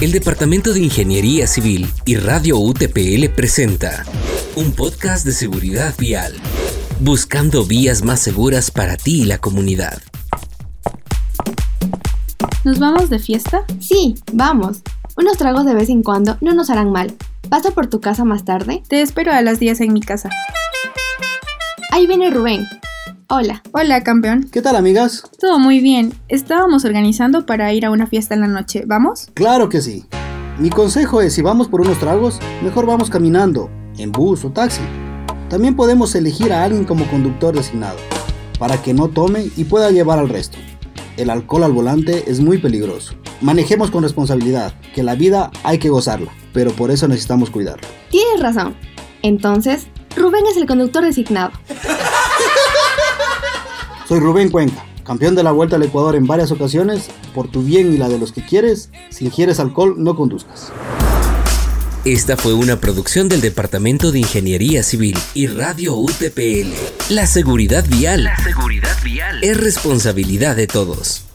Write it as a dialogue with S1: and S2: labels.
S1: El Departamento de Ingeniería Civil y Radio UTPL presenta un podcast de seguridad vial, buscando vías más seguras para ti y la comunidad.
S2: ¿Nos vamos de fiesta?
S3: Sí, vamos. Unos tragos de vez en cuando no nos harán mal. ¿Paso por tu casa más tarde?
S2: Te espero a las 10 en mi casa.
S3: Ahí viene Rubén. Hola.
S2: Hola, campeón.
S4: ¿Qué tal, amigas?
S2: Todo muy bien. Estábamos organizando para ir a una fiesta en la noche. ¿Vamos?
S4: Claro que sí. Mi consejo es, si vamos por unos tragos, mejor vamos caminando, en bus o taxi. También podemos elegir a alguien como conductor designado, para que no tome y pueda llevar al resto. El alcohol al volante es muy peligroso. Manejemos con responsabilidad, que la vida hay que gozarla, pero por eso necesitamos cuidarla.
S3: Tienes razón. Entonces, Rubén es el conductor designado.
S4: Soy Rubén Cuenca, campeón de la Vuelta al Ecuador en varias ocasiones. Por tu bien y la de los que quieres, si ingieres alcohol, no conduzcas.
S1: Esta fue una producción del Departamento de Ingeniería Civil y Radio UTPL. La seguridad vial, La seguridad vial. es responsabilidad de todos.